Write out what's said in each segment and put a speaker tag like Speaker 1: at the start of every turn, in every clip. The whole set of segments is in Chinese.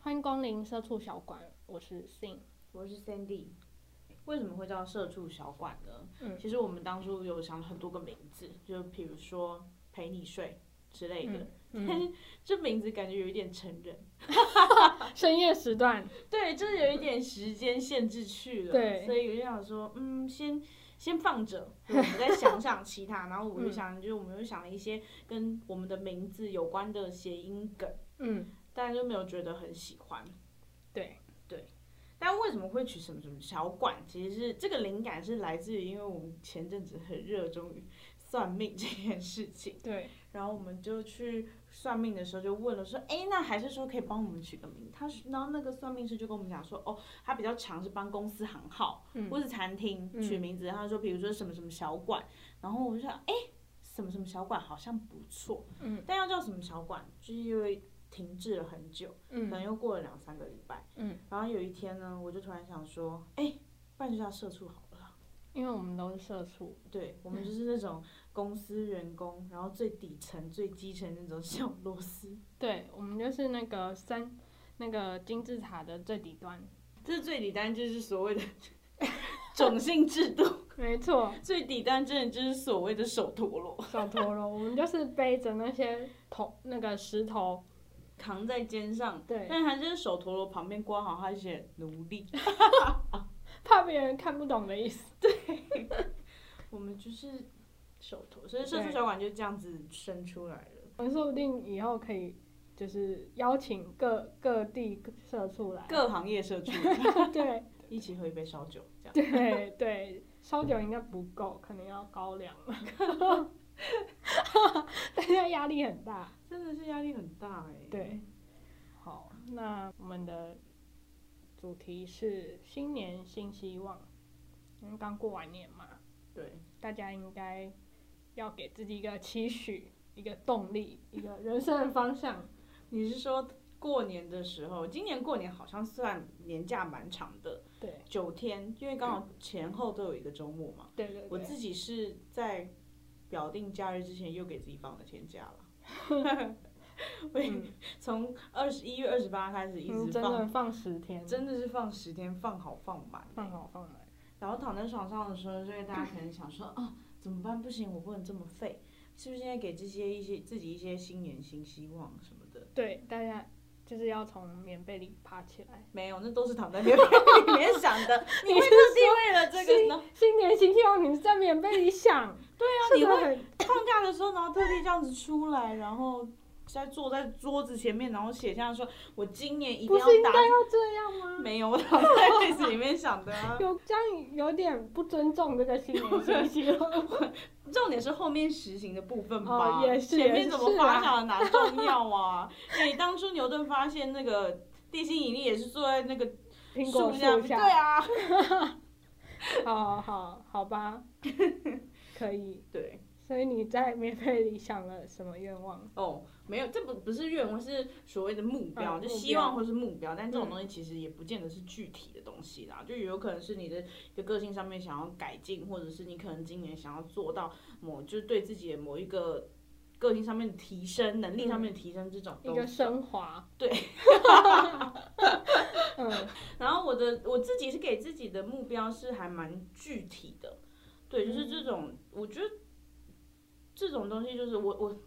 Speaker 1: 欢迎光临社畜小馆，我是 Sing。
Speaker 2: 我是 Sandy。为什么会叫社畜小馆呢？
Speaker 1: 嗯
Speaker 2: 其实我们当初有想了很多个名字，就比如说陪你睡之类
Speaker 1: 嗯
Speaker 2: 的，但是 这名字感觉有一点成人，
Speaker 1: 深夜时段，
Speaker 2: 对，就是有一点时间限制去了，
Speaker 1: 对
Speaker 2: 所以我就想说，嗯，先先放着，我们再想想其他。然后我就想，就是我们又想了一些跟我们的名字有关的谐音梗，
Speaker 1: 嗯，
Speaker 2: 但就没有觉得很喜欢。
Speaker 1: 对，
Speaker 2: 但为什么会取什么什么小馆？其实是这个灵感是来自于，因为我们前阵子很热衷于算命这件事情，
Speaker 1: 对，
Speaker 2: 然后我们就去算命的时候就问了说，哎，那还是说可以帮我们取个名？他是然后那个算命师就跟我们讲说，哦，他比较常是帮公司行号、
Speaker 1: 嗯
Speaker 2: 或是餐厅取名字，他说比如说什么什么小馆，然后我就想，哎，什么什么小馆好像不错，
Speaker 1: 嗯，
Speaker 2: 但要叫什么小馆，就是因为停滞了很久。可能
Speaker 1: 嗯，
Speaker 2: 又过了两三个礼拜，
Speaker 1: 嗯，
Speaker 2: 然后有一天呢，我就突然想说，哎、不然就叫社畜好了啦。
Speaker 1: 因为我们都是社畜，
Speaker 2: 对，我们就是那种公司员工，然后最底层、最基层那种小螺丝，
Speaker 1: 对，我们就是那个三那个金字塔的最底端，
Speaker 2: 这最底端就是所谓的 种姓制度，
Speaker 1: 没错，
Speaker 2: 最底端真的就是所谓的手陀螺，
Speaker 1: 小陀螺，我们就是背着那些头那个石头，
Speaker 2: 扛在肩上。
Speaker 1: 对，
Speaker 2: 但还是手陀螺旁边挂好，它写奴隶。
Speaker 1: 怕别人看不懂的意思，
Speaker 2: 我们就是手陀，所以社畜小馆就这样子生出来了。
Speaker 1: 我们说不定以后可以就是邀请各各地社畜来，
Speaker 2: 各行业社畜
Speaker 1: 对
Speaker 2: 一起喝一杯烧酒，这样。
Speaker 1: 对对，烧酒应该不够，可能要高粱了。 大家压力很大。
Speaker 2: 真的是压力很大哎、，
Speaker 1: 对，好，那我们的主题是新年新希望，因为刚过完年嘛，
Speaker 2: 对，
Speaker 1: 大家应该要给自己一个期许、一个动力、一个人生的方向。
Speaker 2: 你是说过年的时候？今年过年好像算年假蛮长的，
Speaker 1: 对，
Speaker 2: 九天，因为刚好前后都有一个周末嘛。
Speaker 1: 对对
Speaker 2: 我
Speaker 1: 对，
Speaker 2: 自己是在表定假日之前又给自己 放了天假了。 我也
Speaker 1: 嗯
Speaker 2: 从二十一月二十八开始一
Speaker 1: 嗯，
Speaker 2: 直
Speaker 1: 真
Speaker 2: 放，
Speaker 1: 的放十天，
Speaker 2: 真的是放十天，放好放满。欸
Speaker 1: 放好放满。
Speaker 2: 然后躺在床上的时候，就会
Speaker 1: 嗯
Speaker 2: 大家可能想说，啊，怎么办？不行，我不能这么废，是不是应该给这些一些自己一些新年新希望什么的？
Speaker 1: 对，大家就是要从棉被里爬起来。
Speaker 2: 没有，那都是躺在棉被 里面想 的。你会特地为了这个呢？
Speaker 1: 新年新希望，你是在棉被里想，
Speaker 2: 对啊，
Speaker 1: 是
Speaker 2: 你
Speaker 1: 不是
Speaker 2: 会
Speaker 1: 很
Speaker 2: 放假的时候，然后特地这样子出来，然后再坐在桌子前面，然后写下说，我今年一定
Speaker 1: 不
Speaker 2: 要
Speaker 1: 是应该
Speaker 2: 达。
Speaker 1: 要这样吗？
Speaker 2: 没有，我躺在被子里面想的啊。
Speaker 1: 有这样有点不尊重这个新年新希 望。
Speaker 2: 重点是后面实行的部分吧，
Speaker 1: 哦也是
Speaker 2: 前面怎么发
Speaker 1: 也是啊
Speaker 2: 想的哪重要 啊？哎、当初牛顿发现那个地心引力也是坐在那个
Speaker 1: 苹
Speaker 2: 树
Speaker 1: 果
Speaker 2: 下，
Speaker 1: 树
Speaker 2: 对
Speaker 1: 下，
Speaker 2: 啊，
Speaker 1: 好好好吧，可以。
Speaker 2: 对，
Speaker 1: 所以你在棉被里想了什么愿望？
Speaker 2: 哦，没有，这不不是愿望，是所谓的目标，
Speaker 1: 嗯
Speaker 2: 就
Speaker 1: 目
Speaker 2: 希
Speaker 1: 标
Speaker 2: 望或是目标，但这种
Speaker 1: 嗯
Speaker 2: 东西其实也不见得是具体的东西啦，就有可能是你的一个个性上面想要改进，或者是你可能今年想要做到某，就是对自己的某一个个性上面的提升，能力上面的提升，这种
Speaker 1: 嗯一
Speaker 2: 都
Speaker 1: 个升华。
Speaker 2: 对。
Speaker 1: 嗯
Speaker 2: 然后我的我自己是给自己的目标是还蛮具体的，对，就是
Speaker 1: 嗯
Speaker 2: 这种，我觉得这种东西就是我我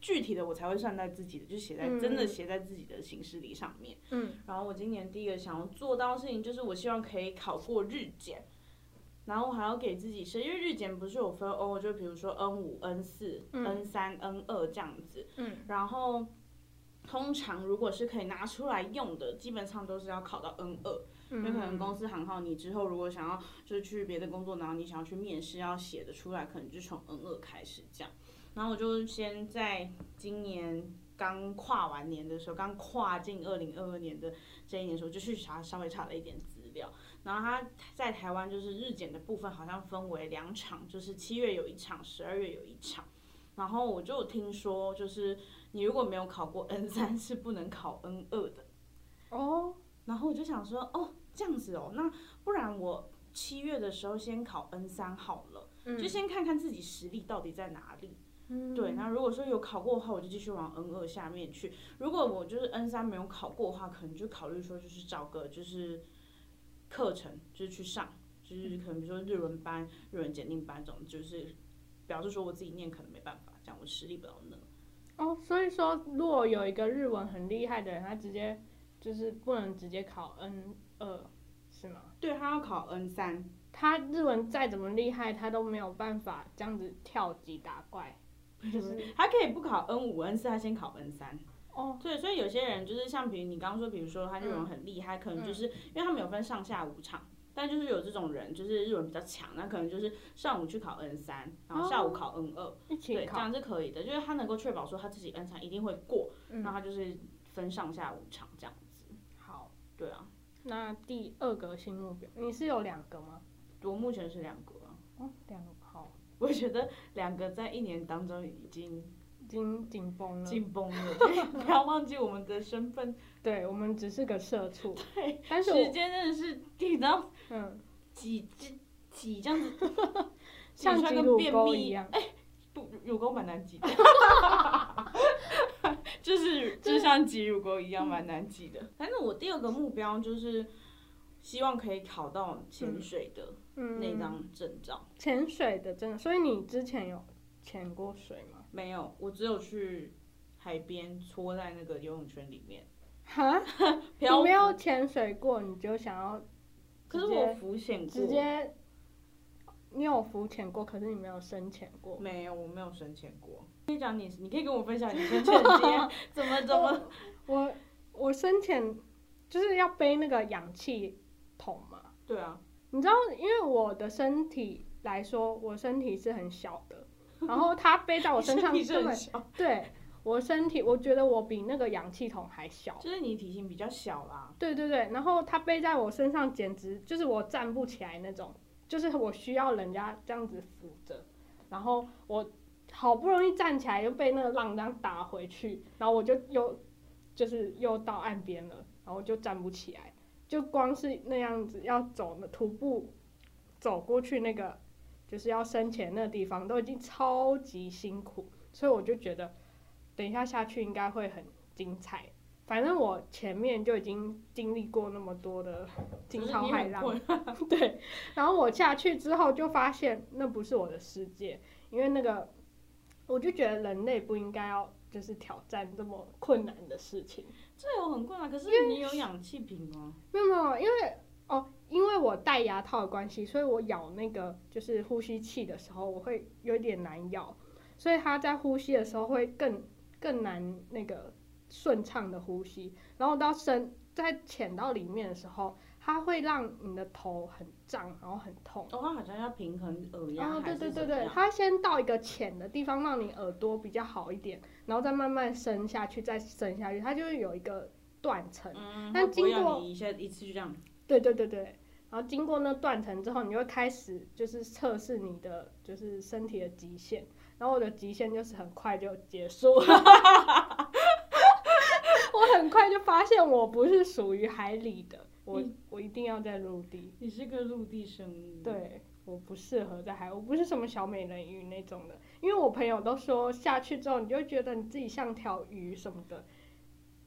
Speaker 2: 具体的我才会算在自己的，就写在、
Speaker 1: 嗯
Speaker 2: 真的写在自己的行事历上面。
Speaker 1: 嗯
Speaker 2: 然后我今年第一个想要做到的事情就是我希望可以考过日检。然后我还要给自己设，因为日检不是有分哦，就比如说 N 五、N 四、
Speaker 1: 嗯
Speaker 2: N 三、N 二这样子。
Speaker 1: 嗯
Speaker 2: 然后通常如果是可以拿出来用的，基本上都是要考到 N 二。
Speaker 1: 嗯，
Speaker 2: 就可能公司行号，你之后如果想要就是去别的工作，然后你想要去面试，要写的出来，可能就从 N 二开始这样。然后我就先在今年刚跨完年的时候，刚跨进二零二二年的这一年的时候，就去查稍微查了一点资料。然后它在台湾就是日检的部分好像分为两场，就是七月有一场，十二月有一场。然后我就有听说，就是你如果没有考过 N 三是不能考 N 二的。
Speaker 1: 哦，
Speaker 2: 然后我就想说，哦，这样子哦，那不然我七月的时候先考 N 三好了，
Speaker 1: 嗯嗯
Speaker 2: 就先看看自己实力到底在哪里。对，那如果说有考过的话，我就继续往 N 二下面去。如果我就是 N 三没有考过的话，可能就考虑说就是找个就是课程，就是去上，就是可能比如说日文班、日文检定班这种，就是表示说我自己念可能没办法，这样我实力不到那。
Speaker 1: 哦，所以说如果有一个日文很厉害的人，他直接就是不能直接考 N 二，是吗？
Speaker 2: 对他要考 N 三，
Speaker 1: 他日文再怎么厉害，他都没有办法这样子跳级打怪，就是
Speaker 2: 他可以不考 N 五、N 四，他先考 N 三。
Speaker 1: 哦，
Speaker 2: 对，所以有些人就是像比如你刚刚说，比如说他日
Speaker 1: 嗯
Speaker 2: 文很厉害，可能就是因为他们有分上下五场，但就是有这种人就是日文比较强，那可能就是上午去考 N 三，然
Speaker 1: 哦
Speaker 2: 后下午考 N 二、
Speaker 1: 一
Speaker 2: 对，
Speaker 1: 起
Speaker 2: 这
Speaker 1: 考。
Speaker 2: 样是可以的，就是他能够确保说他自己 N 三一定会过，
Speaker 1: 嗯
Speaker 2: 那他就是分上下五场这样子。
Speaker 1: 好，
Speaker 2: 对啊，
Speaker 1: 那第二个新目标，你是有两个吗？
Speaker 2: 我目前是两个啊，
Speaker 1: 哦，两个，好，
Speaker 2: 我觉得两个在一年当中已经
Speaker 1: 已经紧绷了。
Speaker 2: 紧绷了，就是不要忘记我们的身份，
Speaker 1: 对，我们只是个社畜。
Speaker 2: 对，
Speaker 1: 但是
Speaker 2: 时
Speaker 1: 我，
Speaker 2: 间真的是你知道
Speaker 1: 嗯，
Speaker 2: 挤挤挤这样子，挤
Speaker 1: 像
Speaker 2: 出来
Speaker 1: 挤
Speaker 2: 跟
Speaker 1: 乳
Speaker 2: 便
Speaker 1: 沟
Speaker 2: 秘哎
Speaker 1: 一样。
Speaker 2: 不，乳沟蛮难挤 的，就是就像挤乳沟一样蛮难挤的。反正我第二个目标就是希望可以考到潜水的那
Speaker 1: 嗯，
Speaker 2: 张证照。
Speaker 1: 潜水的真的，所以你之前有潜过水吗？
Speaker 2: 没有，我只有去海边搓在那个游泳圈里面
Speaker 1: 哈，
Speaker 2: 漂
Speaker 1: 你
Speaker 2: 浮
Speaker 1: 没，有潜水过，你就想要
Speaker 2: 可是
Speaker 1: 直接
Speaker 2: 我浮潜过，
Speaker 1: 直接，你有浮潜过，可是你没有深潜过。
Speaker 2: 没有，我没有深潜过。可以讲你，你可以跟我分享你深潜经验， 怎么怎么
Speaker 1: 我我深潜就是要背那个氧气桶嘛，
Speaker 2: 对啊，
Speaker 1: 你知道，因为我的身体来说，我身体是很小 的，然后它背在我身上
Speaker 2: 你是
Speaker 1: 根
Speaker 2: 很
Speaker 1: 本
Speaker 2: 小，
Speaker 1: 对我身体，我觉得我比那个氧气桶还小。
Speaker 2: 就是你体型比较小啦。
Speaker 1: 对对对，然后它背在我身上，简直就是我站不起来那种，就是我需要人家这样子扶着，然后我好不容易站起来，又被那个浪这样打回去，然后我就又就是又到岸边了，然后就站不起来，就光是那样子要走的徒步走过去那个就是要深潜那个地方，都已经超级辛苦，所以我就觉得等一下下去应该会很精彩。反正我前面就已经经历过那么多的
Speaker 2: 就
Speaker 1: 惊
Speaker 2: 是
Speaker 1: 涛
Speaker 2: 你
Speaker 1: 骇
Speaker 2: 很
Speaker 1: 浪，
Speaker 2: 困
Speaker 1: 对，然后我下去之后就发现那不是我的世界，因为那个我就觉得人类不应该要就是挑战这么困难的事情。
Speaker 2: 这有很困难，可是你有氧气瓶吗？
Speaker 1: 没有没有，因为哦，因为我戴牙套的关系，所以我咬那个就是呼吸器的时候，我会有点难咬，所以它在呼吸的时候会更更难那个顺畅的呼吸。然后到深在潜到里面的时候，它会让你的头很胀，然后很痛。
Speaker 2: 哦，它好像要平衡耳压、
Speaker 1: 哦，
Speaker 2: 还
Speaker 1: 对
Speaker 2: 是
Speaker 1: 对对
Speaker 2: 怎么
Speaker 1: 对，
Speaker 2: 样
Speaker 1: 它先到一个浅的地方，让你耳朵比较好一点，然后再慢慢深下去，再深下去，它就会有一个断层。
Speaker 2: 嗯，
Speaker 1: 但
Speaker 2: 它不
Speaker 1: 经
Speaker 2: 会让
Speaker 1: 过
Speaker 2: 你一下一次就这样，
Speaker 1: 对对对对，然后经过那断层之后，你就会开始就是测试你的就是身体的极限，然后我的极限就是很快就结束了。 我很快就发现我不是属于海里的，我
Speaker 2: 嗯
Speaker 1: 我一定要在陆地。
Speaker 2: 你是个陆地生物。，
Speaker 1: 对，我不适合在海，我不是什么小美人鱼那种的，因为我朋友都说下去之后你就会觉得你自己像条鱼什么的，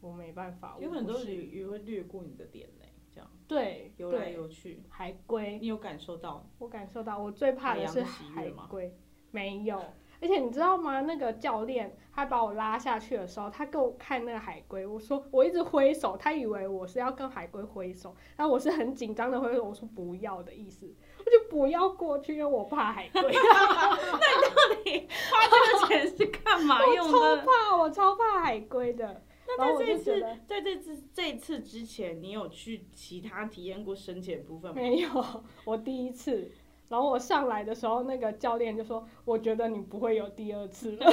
Speaker 1: 我没办法，
Speaker 2: 有
Speaker 1: 我
Speaker 2: 很
Speaker 1: 不
Speaker 2: 多
Speaker 1: 是
Speaker 2: 鱼鱼会掠过你的点嘞、这样
Speaker 1: 对
Speaker 2: 游来
Speaker 1: 对
Speaker 2: 游去，
Speaker 1: 海龟，
Speaker 2: 你有感受到？
Speaker 1: 我感受到我最怕的是
Speaker 2: 海洋的喜
Speaker 1: 海
Speaker 2: 悦吗
Speaker 1: 龟，没有。而且你知道吗？那个教练他把我拉下去的时候，他给我看那个海龟，我说我一直挥手，他以为我是要跟海龟挥手，然后我是很紧张的挥手，我说不要的意思，我就不要过去，因为我怕海龟，
Speaker 2: 花啊这个钱是干嘛
Speaker 1: 我
Speaker 2: 用
Speaker 1: 超
Speaker 2: 的？
Speaker 1: 怕，我超怕海龟的。然后
Speaker 2: 那
Speaker 1: 我
Speaker 2: 在
Speaker 1: 就
Speaker 2: 这
Speaker 1: 觉得
Speaker 2: 次，在这次这一次之前，你有去其他体验过深潜部分吗？
Speaker 1: 没有， 我第一次。然后我上来的时候，那个教练就说：“我觉得你不会有第二次了。”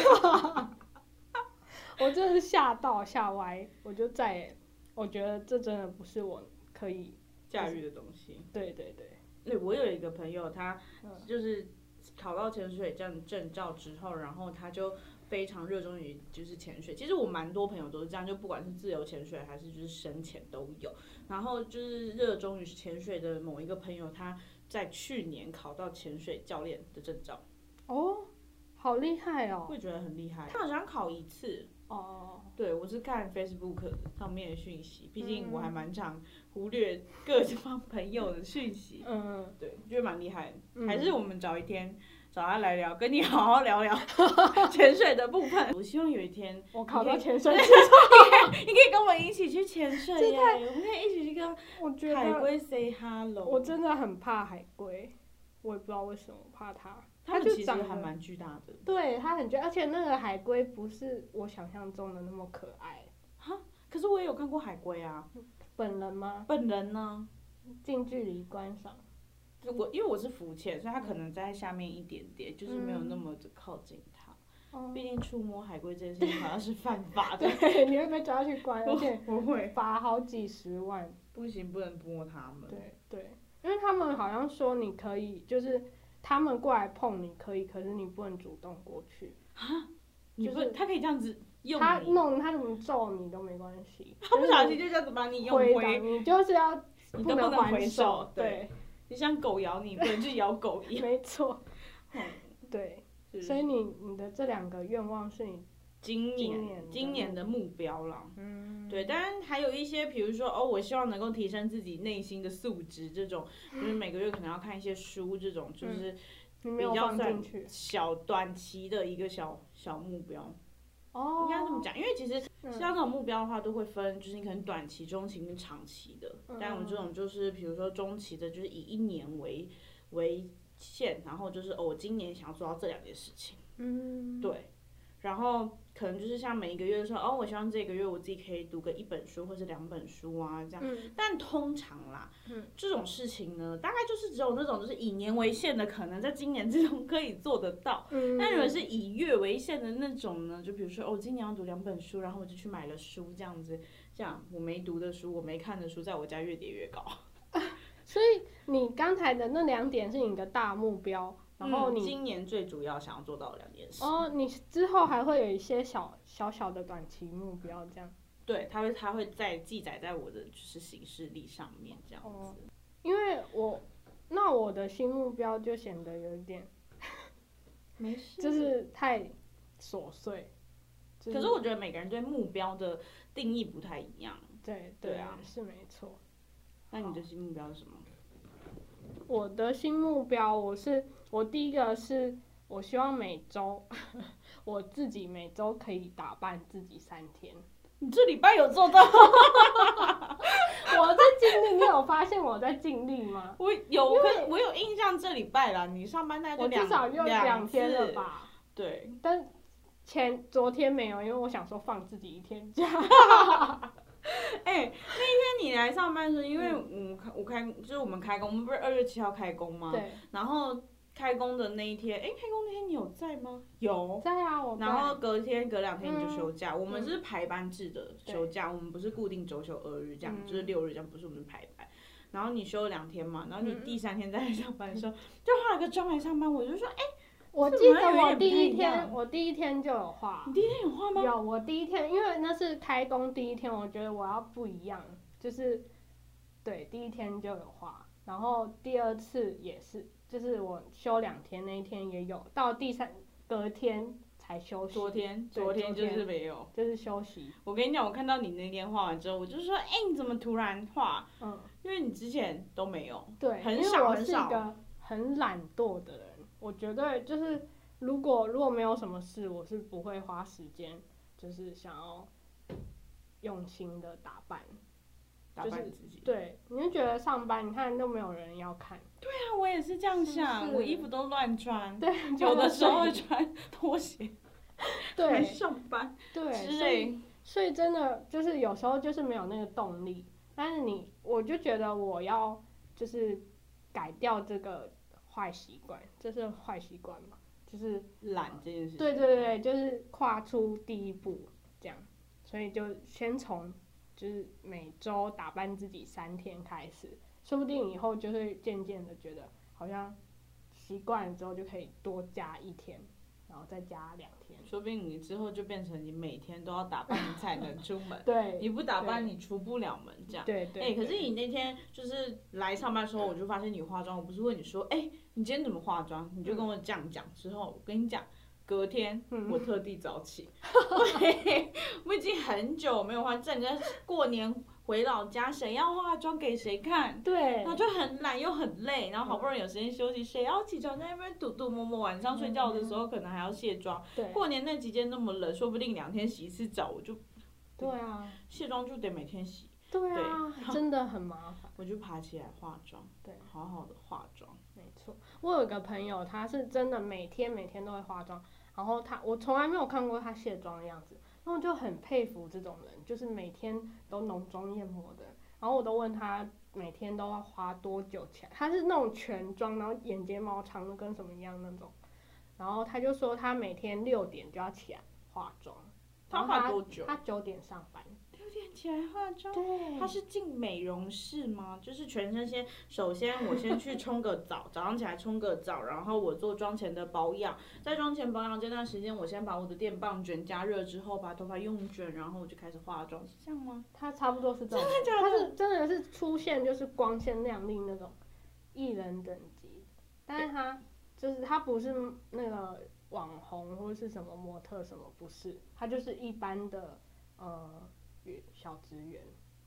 Speaker 1: 我真的是吓到吓歪，我就再也，我觉得这真的不是我可以。
Speaker 2: 驾驭的东西。
Speaker 1: 对对对，
Speaker 2: 对，我有一个朋友，他
Speaker 1: 嗯
Speaker 2: 就是考到潜水这样证照之后，然后他就非常热衷于就是潜水。其实我蛮多朋友都是这样，就不管是自由潜水还是就是深潜都有。然后就是热衷于潜水的某一个朋友，他在去年考到潜水教练的证照。
Speaker 1: 哦，好好厉害哦！
Speaker 2: 会觉得很厉害。他好像考一次，
Speaker 1: 哦，
Speaker 2: 对我是看 Facebook 上面的讯息，毕竟我还蛮常忽略各方朋友的讯息，
Speaker 1: 嗯，
Speaker 2: 对，觉得蛮厉害的。
Speaker 1: 嗯
Speaker 2: 还是我们找一天找他来聊，跟你好好聊 聊潜水的部分。我希望有一天
Speaker 1: 我考
Speaker 2: 你
Speaker 1: 到
Speaker 2: 可以
Speaker 1: 前身，
Speaker 2: 你可以跟我一起去潜水耶，我们可以一起去跟
Speaker 1: 我觉
Speaker 2: 海
Speaker 1: 得
Speaker 2: 龟 say hello。
Speaker 1: 我真的很怕海龟，我也不知道为什么怕它。
Speaker 2: 它们
Speaker 1: 就
Speaker 2: 其实
Speaker 1: 长得
Speaker 2: 还蛮巨大的，
Speaker 1: 对它很绝，而且那个海龟不是我想象中的那么可爱。
Speaker 2: 可是我也有看过海龟啊，
Speaker 1: 本人吗？
Speaker 2: 本人呢，
Speaker 1: 近距离观赏，
Speaker 2: 我因为我是浮潜，所以它可能在下面一点
Speaker 1: 嗯
Speaker 2: 点，就是没有那么的靠近它。
Speaker 1: 哦
Speaker 2: 毕竟触摸海龟这件事情好像是犯法的，
Speaker 1: 对，你会被抓去关，而 且
Speaker 2: 不会，
Speaker 1: 罚好几十万。
Speaker 2: 不行，不能摸它们。
Speaker 1: 对对，因为他们好像说你可以，就是他们过来碰你可以，可是你不能主动过去。
Speaker 2: 你不，
Speaker 1: 就是
Speaker 2: 它可以这样子用
Speaker 1: 他
Speaker 2: 你，
Speaker 1: 弄他怎么揍你都没关 系，
Speaker 2: 它不小心就这样子把你用
Speaker 1: 挥
Speaker 2: 回，
Speaker 1: 掌，你就是要
Speaker 2: 你都
Speaker 1: 能
Speaker 2: 能
Speaker 1: 还
Speaker 2: 回
Speaker 1: 手。
Speaker 2: 对，
Speaker 1: 对，
Speaker 2: 你像狗咬你，不能去咬狗 一样。
Speaker 1: 没错，对。
Speaker 2: 嗯就是
Speaker 1: 所以你你的这两个愿望是你
Speaker 2: 今
Speaker 1: 今
Speaker 2: 年
Speaker 1: 年的
Speaker 2: 今年
Speaker 1: 目
Speaker 2: 的目标啦。
Speaker 1: 嗯
Speaker 2: 对，当然还有一些，比如说哦，我希望能够提升自己内心的素质，这 种就是每个月可能要看一些书，这种就是
Speaker 1: 你没
Speaker 2: 比
Speaker 1: 有
Speaker 2: 较
Speaker 1: 放
Speaker 2: 算
Speaker 1: 进去
Speaker 2: 小短期的一个小小目标，
Speaker 1: 哦，
Speaker 2: 应该这么讲。因为其实
Speaker 1: 嗯
Speaker 2: 像这种目标的话，都会分，就是你可能短期、中期跟长期的。但我们这种就是，比如说中期的，就是以一年为为限，然后就是哦，我今年想要做到这两件事情。
Speaker 1: 嗯，
Speaker 2: 对，然后可能就是像每一个月说，哦，我希望这个月我自己可以读个一本书或是两本书啊，这样。
Speaker 1: 嗯
Speaker 2: 但通常啦，
Speaker 1: 嗯
Speaker 2: 这种事情呢，大概就是只有那种就是以年为限的，可能在今年之中可以做得到。
Speaker 1: 嗯，
Speaker 2: 但如果是以月为限的那种呢，就比如说哦，我今年要读两本书，然后我就去买了书，这样子，这样我没读的书，我没看的书，在我家越叠越高。
Speaker 1: 所以你刚才的那两点是你的大目标，然后
Speaker 2: 嗯
Speaker 1: 你、
Speaker 2: 今年最主要想要做到的两件事，
Speaker 1: 哦，你之后还会有一些小小小的短期目标这样，
Speaker 2: 对，它会它会在记载在我的就是行事历上面这样子。
Speaker 1: 哦因为我那我的新目标就显得有一点
Speaker 2: 没事
Speaker 1: 就是太琐碎，就
Speaker 2: 可是我觉得每个人对目标的定义不太一样。
Speaker 1: 对
Speaker 2: 对啊
Speaker 1: 是没错。
Speaker 2: 那你的新目标是什么？
Speaker 1: 我的新目标，我是我第一个是我希望每周 我自己每周可以打扮自己三天。
Speaker 2: 你这礼拜有做到？
Speaker 1: 我在尽力，你有发现我在尽力 吗？
Speaker 2: 我有，我可我有印象这礼拜啦。你上班那就
Speaker 1: 我
Speaker 2: 两
Speaker 1: 至少又两天了？
Speaker 2: 次
Speaker 1: 吧，
Speaker 2: 对，
Speaker 1: 但前昨天没有，因为我想说放自己一天 假。
Speaker 2: 哎、那一天你来上班的时候，因为我开我开就是我们开工，我们不是二月七号开工吗？。
Speaker 1: 嗯对，
Speaker 2: 然后开工的那一天，哎、开工那天你有在吗？有。
Speaker 1: 在啊，我在
Speaker 2: 然后隔天、隔两天你就休
Speaker 1: 嗯
Speaker 2: 假。我们是排班制的
Speaker 1: 对
Speaker 2: 休假，我们不是固定周休二日这样，
Speaker 1: 嗯
Speaker 2: 就是六日这样，不是我们排班。然后你休了两天嘛，然后你
Speaker 1: 嗯
Speaker 2: 第三天再来上班的时候，就画了个妆来上班，我就说，哎、
Speaker 1: 我
Speaker 2: 是
Speaker 1: 记
Speaker 2: 好像
Speaker 1: 得
Speaker 2: 有
Speaker 1: 我
Speaker 2: 点
Speaker 1: 第
Speaker 2: 不太
Speaker 1: 一
Speaker 2: 一
Speaker 1: 天，
Speaker 2: 样
Speaker 1: 我第一天就有画
Speaker 2: 你，第一天有画吗？
Speaker 1: 有我第一天，因为那是开工第一天，我觉得我要不一样，就是对第一天就有画，然后第二次也是，就是我休两天那一天也有，到第三隔天才休息，
Speaker 2: 昨天，
Speaker 1: 对
Speaker 2: 昨天
Speaker 1: 昨
Speaker 2: 就
Speaker 1: 天
Speaker 2: 是没有。
Speaker 1: 就是休息，
Speaker 2: 我跟你讲，我看到你那天画完之后，我就说，哎、你怎么突然画？
Speaker 1: 嗯，
Speaker 2: 因为你之前都没有。
Speaker 1: 对，
Speaker 2: 很
Speaker 1: 因为
Speaker 2: 少
Speaker 1: 我
Speaker 2: 很
Speaker 1: 是一
Speaker 2: 少
Speaker 1: 个很懒惰的人，我绝对就是如果如果没有什么事，我是不会花时间，就是想要用心的打扮。
Speaker 2: 打
Speaker 1: 就是
Speaker 2: 扮自己，
Speaker 1: 对，你就觉得上班，你看都没有人要 看，
Speaker 2: 对啊，我也是这样
Speaker 1: 是不
Speaker 2: 想，
Speaker 1: 是
Speaker 2: 我衣服都乱穿，
Speaker 1: 对，
Speaker 2: 有的时候会
Speaker 1: 对
Speaker 2: 穿 拖鞋来
Speaker 1: 对
Speaker 2: 上班之
Speaker 1: 对，所以
Speaker 2: 类。
Speaker 1: 所以真的就是有时候就是没有那个动力，但是你我就觉得我要就是改掉这个坏习惯，这是坏习惯嘛，就是
Speaker 2: 懒这件事情。
Speaker 1: 对对对，就是跨出第一步这样，所以就先从就是每周打扮自己三天开始，说不定以后就会渐渐的觉得好像习惯了之后就可以多加一天，然后再加两天。，
Speaker 2: 说不定你之后就变成你每天都要打扮你才能出门
Speaker 1: 对
Speaker 2: 你不打扮
Speaker 1: 对
Speaker 2: 你出不了门这样。
Speaker 1: 对
Speaker 2: 哎、
Speaker 1: 对，
Speaker 2: 可是
Speaker 1: 对
Speaker 2: 你那天就是来上班的时候，我就发现你化妆，我不是问你说，哎、你今天怎么化妆？你就跟我这样讲，之后我跟你讲，隔天
Speaker 1: 嗯
Speaker 2: 我特地早 起，我已经很久没有化，整个过年回老家，谁要化妆给谁看？
Speaker 1: 对
Speaker 2: 然，后就很懒又很累，然后好不容易有时间休息，谁要起床在那边嘟嘟摸摸？晚上睡觉的时候可能还要卸妆。
Speaker 1: 对，
Speaker 2: 过年那期间那么冷，说不定两天洗一次澡，我就
Speaker 1: 对 啊，
Speaker 2: 卸妆就得每天洗。
Speaker 1: 对啊，真的很麻烦。
Speaker 2: 我就爬起来化妆，
Speaker 1: 对，
Speaker 2: 好好的化妆，
Speaker 1: 没错，我有一个朋友，她是真的每天每天都会化妆，然后她我从来没有看过她卸妆的样子，然后我就很佩服这种人，就是每天都浓妆艳抹的。然后我都问她每天都要花多久起来，她是那种全妆，然后眼睫毛长的跟什么一样那种，然后她就说她每天六点就要起来化妆，然后
Speaker 2: 她化多久啊
Speaker 1: 她九点上班，
Speaker 2: 六点起来化妆。
Speaker 1: 对
Speaker 2: 她是进美容室吗？就是全身先，首先我先去冲个澡，早上起来冲个澡，然后我做妆前的保养，在妆前保养这段时间，我先把我的电棒卷加热之后，把头发用卷，然后我就开始化妆，是这样吗？
Speaker 1: 他差不多是这种，真
Speaker 2: 假的
Speaker 1: 他是真的是出现就是光鲜亮丽那种艺人等级，但是他就是他不是那个网红或是什么模特什么，不是，他就是一般的呃员小职员，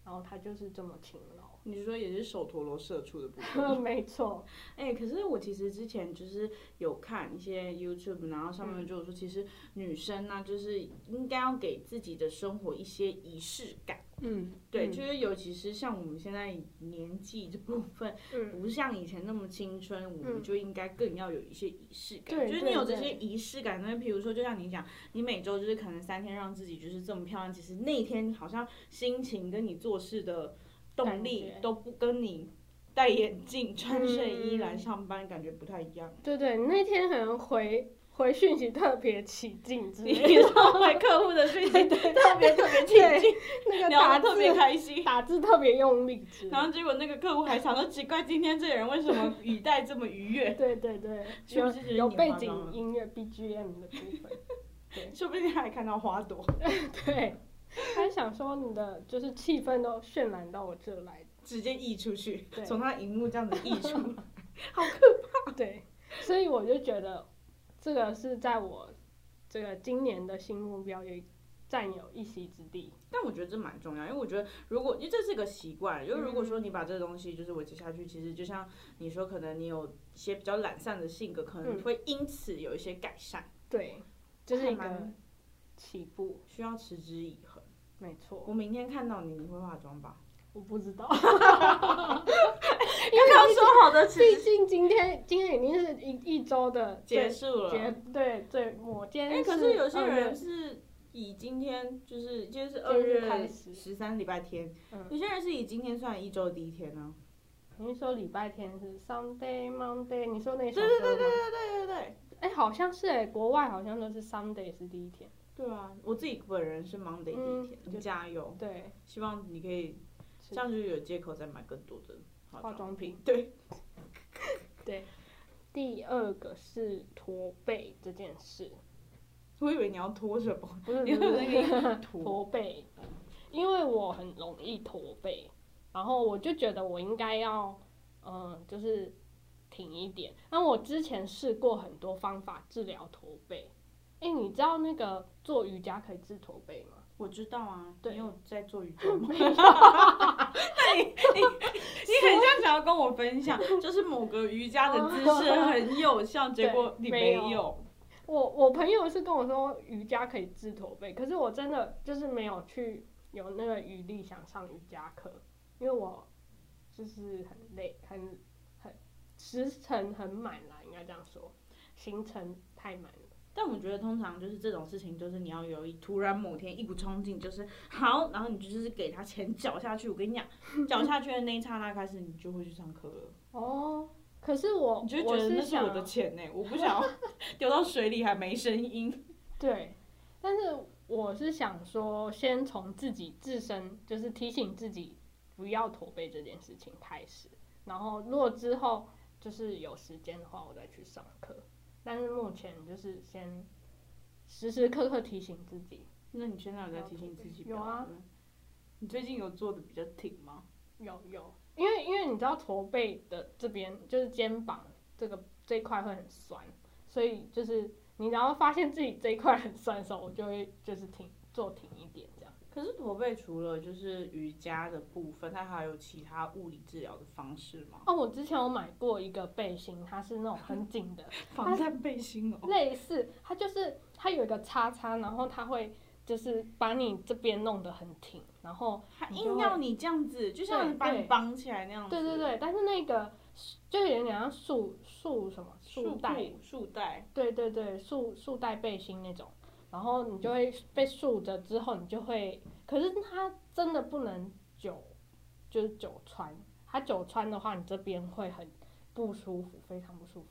Speaker 1: 然后他就是这么勤劳，
Speaker 2: 你说也是手陀螺射出的 部分
Speaker 1: 没错，
Speaker 2: 哎、可是我其实之前就是有看一些 YouTube，然后上面就有说，其实女生呢、就是应该要给自己的生活一些仪式感。
Speaker 1: 嗯，
Speaker 2: 对，
Speaker 1: 嗯
Speaker 2: 就是尤其是像我们现在年纪这部分，
Speaker 1: 嗯
Speaker 2: 不像以前那么青春，我们
Speaker 1: 嗯
Speaker 2: 就应该更要有一些仪式感。
Speaker 1: 对
Speaker 2: 就是你
Speaker 1: 对
Speaker 2: 有这
Speaker 1: 对
Speaker 2: 些仪式感，那比如说，就像你讲，你每周就是可能三天让自己就是这么漂亮，其实那一天好像心情跟你做事的动
Speaker 1: 感
Speaker 2: 力
Speaker 1: 觉
Speaker 2: 都不跟你戴眼镜、穿睡衣
Speaker 1: 嗯
Speaker 2: 来上班感觉不太一样。
Speaker 1: 对对，你那天可能回回讯息特别起劲之
Speaker 2: 你
Speaker 1: 类的，
Speaker 2: 收回客户的讯息，特别特别
Speaker 1: 对
Speaker 2: 亲近，
Speaker 1: 那个
Speaker 2: 聊
Speaker 1: 打字
Speaker 2: 得特别开心。
Speaker 1: 打字特别用力之类的，
Speaker 2: 然后结果那个客户还想说，奇怪，今天这个人为什么语带这么愉 悦？
Speaker 1: 对对对，
Speaker 2: 是不
Speaker 1: 有
Speaker 2: 是觉得
Speaker 1: 有
Speaker 2: 你
Speaker 1: 背
Speaker 2: 化妆了
Speaker 1: 景音乐 BGM 的部分。
Speaker 2: 说不定他还看到花朵
Speaker 1: 对，他想说你的就是气氛都渲染到我这 来，
Speaker 2: 直接溢出去，
Speaker 1: 对
Speaker 2: 从他荧幕这样子溢出 来。
Speaker 1: 对，所以我就觉得这个是在我这个今年的新目标也占有一席之地。
Speaker 2: 但我觉得这蛮重要，因为我觉得如果因为这是个习惯，就是如果说你把这个东西就是维持下去，其实就像你说，可能你有一些比较懒散的性格，可能
Speaker 1: 嗯
Speaker 2: 会因此有一些改善，
Speaker 1: 对，这是
Speaker 2: 还
Speaker 1: 一个
Speaker 2: 蛮
Speaker 1: 起步，
Speaker 2: 需要持之以恒。
Speaker 1: 没错。
Speaker 2: 我明天看到你，你会化妆吧？
Speaker 1: 我不知 道，
Speaker 2: 因为刚说好的持
Speaker 1: 毕竟今天今天已经是一一周的
Speaker 2: 结
Speaker 1: 最
Speaker 2: 束了，
Speaker 1: 结对最末，今
Speaker 2: 哎、
Speaker 1: 天
Speaker 2: 可是有些
Speaker 1: 2月
Speaker 2: 人是以今天就是今天是二
Speaker 1: 今日
Speaker 2: 月
Speaker 1: 开始
Speaker 2: 十三礼拜天，
Speaker 1: 嗯
Speaker 2: 有些人是以今天算一周的第一天呢、
Speaker 1: 你是说礼拜天是 Sunday Monday？你说那首歌
Speaker 2: 对对对对
Speaker 1: 吗？
Speaker 2: 对对对对。
Speaker 1: 哎、好像是哎、国外好像都是 Sunday 是第一天。
Speaker 2: 对啊，我自己本人是 Monday 第一
Speaker 1: 嗯
Speaker 2: 天，
Speaker 1: 就
Speaker 2: 加油！
Speaker 1: 对，
Speaker 2: 希望你可以这
Speaker 1: 是
Speaker 2: 样就有借口再买更多的化
Speaker 1: 化妆品。
Speaker 2: 对，
Speaker 1: 对。第二个是驼背这件事，
Speaker 2: 我以为你要拖什么，
Speaker 1: 不是
Speaker 2: 你
Speaker 1: 不
Speaker 2: 有
Speaker 1: 是
Speaker 2: 那 个拖。
Speaker 1: 驼背，因为我很容易驼背，然后我就觉得我应该要，嗯，就是挺一点。那我之前试过很多方法治疗驼背，哎、你知道那个做瑜伽可以治驼背吗？
Speaker 2: 我知道啊，
Speaker 1: 对
Speaker 2: 你有在做瑜伽 吗？那你你你很像想要跟我分享，就是某个瑜伽的姿势 很有效，结果你哦没
Speaker 1: 没
Speaker 2: 有。
Speaker 1: 我我朋友是跟我说瑜伽可以治驼背，可是我真的就是没有去有那个余力想上瑜伽课，因为我就是很累，很很时程很满啦，应该这样说，行程太满了。
Speaker 2: 但我觉得通常就是这种事情，就是你要有一突然某天一股冲劲，就是好，然后你就是给他钱缴下去。我跟你 讲，缴下去的那一刹那开始，你就会去上课了。
Speaker 1: 哦，可是我
Speaker 2: 你就觉得
Speaker 1: 是
Speaker 2: 那是
Speaker 1: 想
Speaker 2: 我的钱呢、我不想要丢到水里还没声 音。
Speaker 1: 对，但是我是想说，先从自己自身，就是提醒自己不要驼背这件事情开始，然后如果之后就是有时间的话，我再去上课。但是目前就是先时时刻刻提醒自己，
Speaker 2: 那你现在有在提醒自己？
Speaker 1: 有啊。
Speaker 2: 你最近有做的比较挺吗？
Speaker 1: 有有，因为因为你知道驼背的这边就是肩膀这个这一块会很酸，所以就是。你然后发现自己这一块很酸的时候，我就会就是停做停一点这样。
Speaker 2: 可是驼背除了就是瑜伽的部分，它还有其他物理治疗的方式吗？
Speaker 1: 哦，我之前有买过一个背心，它是那种很紧 的，
Speaker 2: 防弹背心哦，
Speaker 1: 类似它就是它有一个叉叉，然后它会就是把你这边弄得很挺，然后
Speaker 2: 还
Speaker 1: 你就
Speaker 2: 硬
Speaker 1: 会
Speaker 2: 要你这样子，就像
Speaker 1: 对
Speaker 2: 把你
Speaker 1: 对
Speaker 2: 绑起来那样子。
Speaker 1: 对对对，但是那个就有点像束束什么束
Speaker 2: 束
Speaker 1: 带，
Speaker 2: 裤、束带，
Speaker 1: 对对对，束束带背心那种，然后你就会被束着之后，你就会，可是它真的不能久，就是久穿，它久穿的话，你这边会很不舒服，非常不舒服，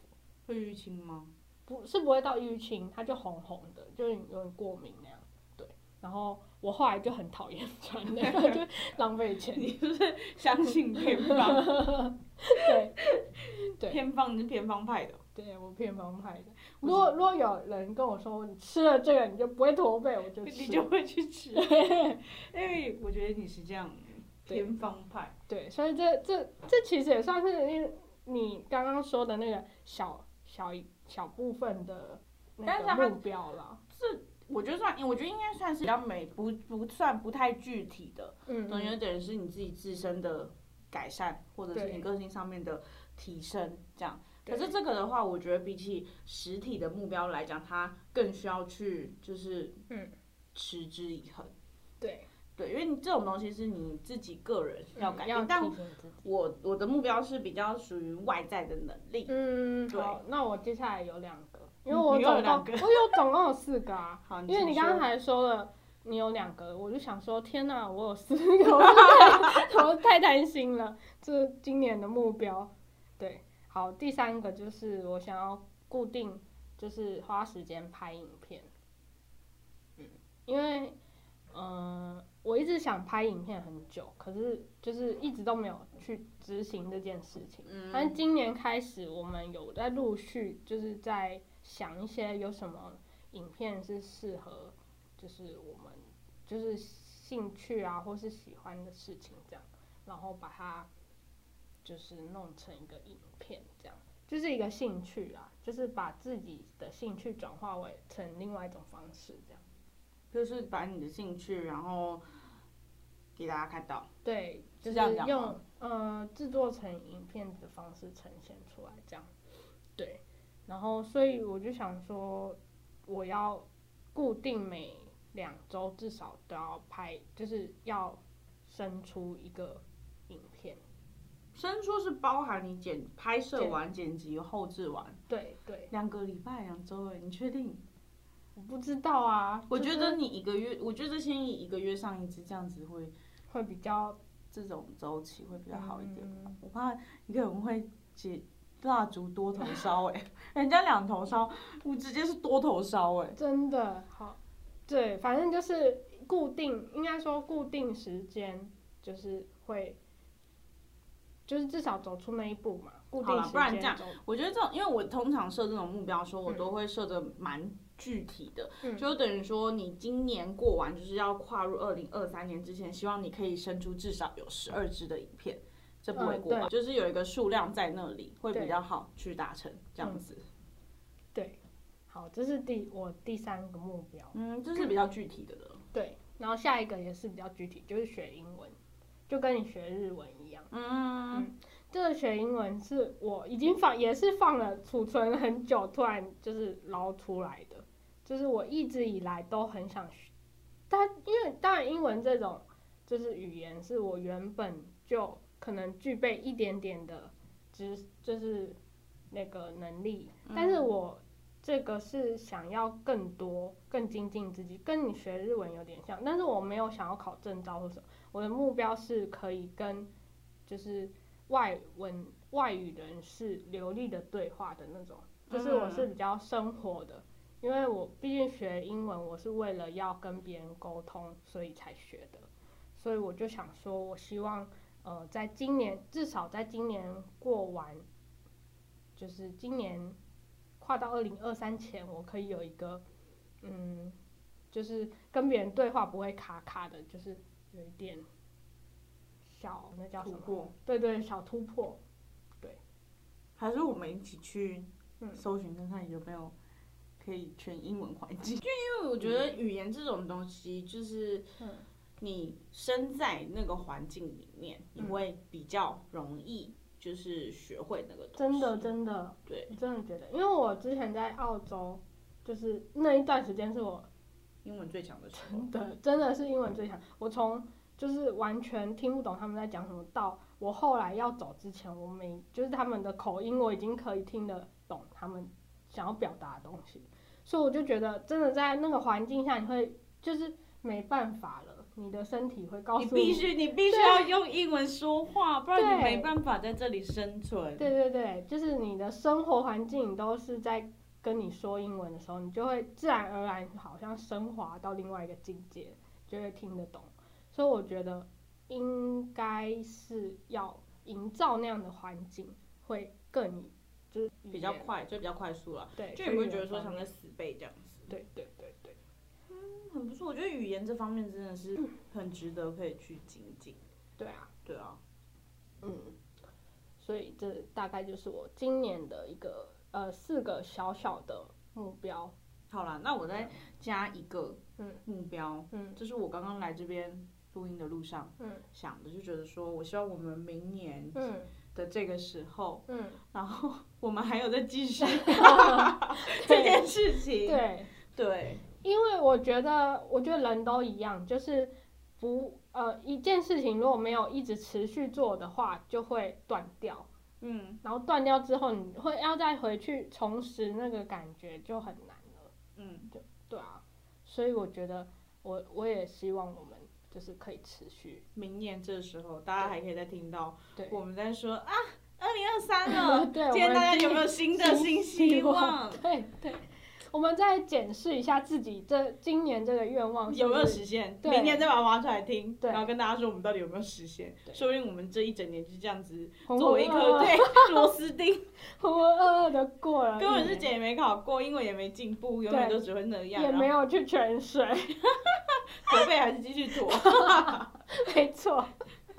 Speaker 2: 会淤青吗？
Speaker 1: 不是不会到淤青，它就红红的，就是有点过敏那样，对，然后。我后来就很讨厌穿那个，就浪费钱。
Speaker 2: 你是不是相信偏 方？
Speaker 1: 对对
Speaker 2: 偏方你是偏方派的哦，
Speaker 1: 对，我偏方派的。如果如果有人跟我说你吃了这个你就不会驼背，我就
Speaker 2: 你
Speaker 1: 吃。
Speaker 2: 就会去吃。因为我觉得你是这样
Speaker 1: 对
Speaker 2: 偏方派，
Speaker 1: 对，所以这这这其实也算是那你刚刚说的那个小小一小部分的
Speaker 2: 但是
Speaker 1: 那
Speaker 2: 它
Speaker 1: 个目标啦。
Speaker 2: 我觉得算，我觉得应该算是比较美，不不算不太具体的，
Speaker 1: 嗯，
Speaker 2: 总有点是你自己自身的改善，或者是
Speaker 1: 对
Speaker 2: 你个性上面的提升这样。
Speaker 1: 对
Speaker 2: 可是这个的话，我觉得比起实体的目标来讲，它更需要去就是
Speaker 1: 嗯
Speaker 2: 持之以恒。
Speaker 1: 对，
Speaker 2: 对，因为你这种东西是你自己个人要改变，
Speaker 1: 嗯要
Speaker 2: 但
Speaker 1: 提醒自己。
Speaker 2: 我我的目标是比较属于外在的能力。
Speaker 1: 嗯，
Speaker 2: 对
Speaker 1: 好，那我接下来有两个，因为
Speaker 2: 嗯
Speaker 1: 我
Speaker 2: 你
Speaker 1: 总
Speaker 2: 又
Speaker 1: 共
Speaker 2: 有两个
Speaker 1: 我有总共有四个 啊，
Speaker 2: 好，
Speaker 1: 因为
Speaker 2: 请
Speaker 1: 你
Speaker 2: 说
Speaker 1: 刚才说了你有两个，我就想说天哪，我有四 个， 我是太我太贪心了，这是今年的目标。对，好，第三个就是我想要固定就是花时间拍影片，嗯，因为嗯、呃我一直想拍影片很久，可是就是一直都没有去执行这件事情。
Speaker 2: 嗯
Speaker 1: 但今年开始，我们有在陆续就是在想一些有什么影片是适合，就是我们就是兴趣啊，或是喜欢的事情这样，然后把它就是弄成一个影片这样，就是一个兴趣啦，就是把自己的兴趣转化为成另外一种方式这样。
Speaker 2: 就是把你的兴趣，然后给大家看到。
Speaker 1: 对，就是是
Speaker 2: 这样讲
Speaker 1: 用
Speaker 2: 吗
Speaker 1: 呃制作成影片的方式呈现出来，这样对。然后，所以我就想说，我要固定每两周至少都要拍，就是要生出一个影片。
Speaker 2: 伸缩是包含你剪拍摄完、剪辑、后置完，
Speaker 1: 对对，
Speaker 2: 两个礼拜、两周哎，你确定？
Speaker 1: 我不知道啊，
Speaker 2: 我
Speaker 1: 就
Speaker 2: 觉得
Speaker 1: 是
Speaker 2: 你一个月，我觉得先以一个月上一次这样子会，
Speaker 1: 会比较
Speaker 2: 这种周期会比
Speaker 1: 比
Speaker 2: 较好一点。
Speaker 1: 嗯、
Speaker 2: 我怕一个人会解蜡烛多头烧哎、 人家两头烧，我直接是多头烧哎、
Speaker 1: 真的好，对，反正就是固定，应该说固定时间，就是会，就是至少走出那一步嘛。固
Speaker 2: 好
Speaker 1: 定
Speaker 2: 啦
Speaker 1: 时间
Speaker 2: 不然这样
Speaker 1: 走
Speaker 2: 我觉得这种，因为我通常设这种目标的时候，我
Speaker 1: 嗯
Speaker 2: 都会设的蛮具体的，
Speaker 1: 嗯
Speaker 2: 就等于说你今年过完，就是要跨入二零二三年之前，希望你可以生出至少有十二支的影片，这不为过吧？
Speaker 1: 嗯
Speaker 2: 就是有一个数量在那里，会比
Speaker 1: 对嗯
Speaker 2: 较好去达成这样子。
Speaker 1: 对，好，这是第我第三个目标。
Speaker 2: 嗯，这是比较具体的了。
Speaker 1: 对，然后下一个也是比较具体，就是学英文，就跟你学日文一样。
Speaker 2: 嗯，
Speaker 1: 这个学英文是我已经放，也是放了储存很久，突然就是捞出来的。就是我一直以来都很想学，但因为当然英文这种就是语言是我原本就可能具备一点点的知，就是那个能力，但是我这个是想要更多、更精进自己，跟你学日文有点像，但是我没有想要考证照或什么，我的目标是可以跟就是外文外语人士流利的对话的那种，就是我是比较生活的，因为我毕竟学英文，我是为了要跟别人沟通，所以才学的，所以我就想说，我希望呃，在今年至少在今年过完，就是今年跨到二零二三前，我可以有一个嗯，就是跟别人对话不会卡卡的，就是有一点小那叫什
Speaker 2: 突
Speaker 1: 么？
Speaker 2: 破，
Speaker 1: 对对，小突破。
Speaker 2: 还是我们一起去
Speaker 1: 嗯
Speaker 2: 搜寻看看有没有可以全英文环境，就因为我觉得语言这种东西，就是
Speaker 1: 嗯
Speaker 2: 你身在那个环境里面，你
Speaker 1: 嗯
Speaker 2: 会比较容易就是学会那个东西。
Speaker 1: 真的，真的，
Speaker 2: 对，
Speaker 1: 我真的觉得，因为我之前在澳洲，就是那一段时间是我
Speaker 2: 英文最强的时候
Speaker 1: 真，的真的是英文最强，我从就是完全听不懂他们在讲什么，到我后来要走之前，我每就是他们的口音，我已经可以听得懂他们想要表达的东西，所以我就觉得真的在那个环境下，你会就是没办法了，你的身体会告
Speaker 2: 你
Speaker 1: 诉
Speaker 2: 必须你必须
Speaker 1: 对
Speaker 2: 要用英文说话，不然你
Speaker 1: 对
Speaker 2: 没办法在这里生存。
Speaker 1: 对对对，就是你的生活环境都是在跟你说英文的时候，你就会自然而然好像升华到另外一个境界，就会听得懂。所以我觉得应该是要营造那样的环境，会更就是
Speaker 2: 比较
Speaker 1: 语言
Speaker 2: 快，就比较快速了，
Speaker 1: 对，
Speaker 2: 就你不会觉得
Speaker 1: 语言
Speaker 2: 说
Speaker 1: 方
Speaker 2: 像
Speaker 1: 面
Speaker 2: 在死背这样子。
Speaker 1: 对对对对，
Speaker 2: 嗯很不错，我觉得语言这方面真的是很值得可以去精进。
Speaker 1: 对啊，
Speaker 2: 对啊，
Speaker 1: 嗯，所以这大概就是我今年的一个呃四个小小的目标，
Speaker 2: 好啦，那我再加一个
Speaker 1: 嗯
Speaker 2: 目标，
Speaker 1: 嗯
Speaker 2: 这是我刚刚来这边录音的路上
Speaker 1: 嗯
Speaker 2: 想的，就觉得说我希望我们明年
Speaker 1: 嗯
Speaker 2: 的这个时候，
Speaker 1: 嗯，
Speaker 2: 然后 我们还有在继续这
Speaker 1: 对
Speaker 2: 件事情。
Speaker 1: 对。
Speaker 2: 对
Speaker 1: 因为我觉得，我觉得人都一样，就是不呃一件事情如果没有一直持续做的话，就会断掉。
Speaker 2: 嗯
Speaker 1: 然后断掉之后，你会要再回去重拾那个感觉就很难了。
Speaker 2: 嗯，
Speaker 1: 对啊，所以我觉得我我也希望我们就是可以持续。
Speaker 2: 明年这时候大家还可以再听到
Speaker 1: 对，
Speaker 2: 我们在说啊，二零 二三了，
Speaker 1: 对，
Speaker 2: 今天大家有没
Speaker 1: 有
Speaker 2: 有新的新希望？
Speaker 1: 对对，我们再检视一下自己这今年这个愿望是
Speaker 2: 有
Speaker 1: 不
Speaker 2: 没有
Speaker 1: 是
Speaker 2: 实现？
Speaker 1: 对
Speaker 2: 明年再把它挖出来听，
Speaker 1: 对
Speaker 2: 然后跟大家说我们到底有没有实现。
Speaker 1: 对
Speaker 2: 说不定我们这一整年就这样子
Speaker 1: 浑
Speaker 2: 作为一
Speaker 1: 浑噩
Speaker 2: 颗
Speaker 1: 噩
Speaker 2: 对螺丝钉，
Speaker 1: 浑浑噩噩的过了一
Speaker 2: 根
Speaker 1: 年，
Speaker 2: 本是啊姐没考过，英文也没进步，永远都只会那样，
Speaker 1: 也
Speaker 2: 然后
Speaker 1: 没有去潜水。
Speaker 2: 驼背还是继续驼，
Speaker 1: 没错，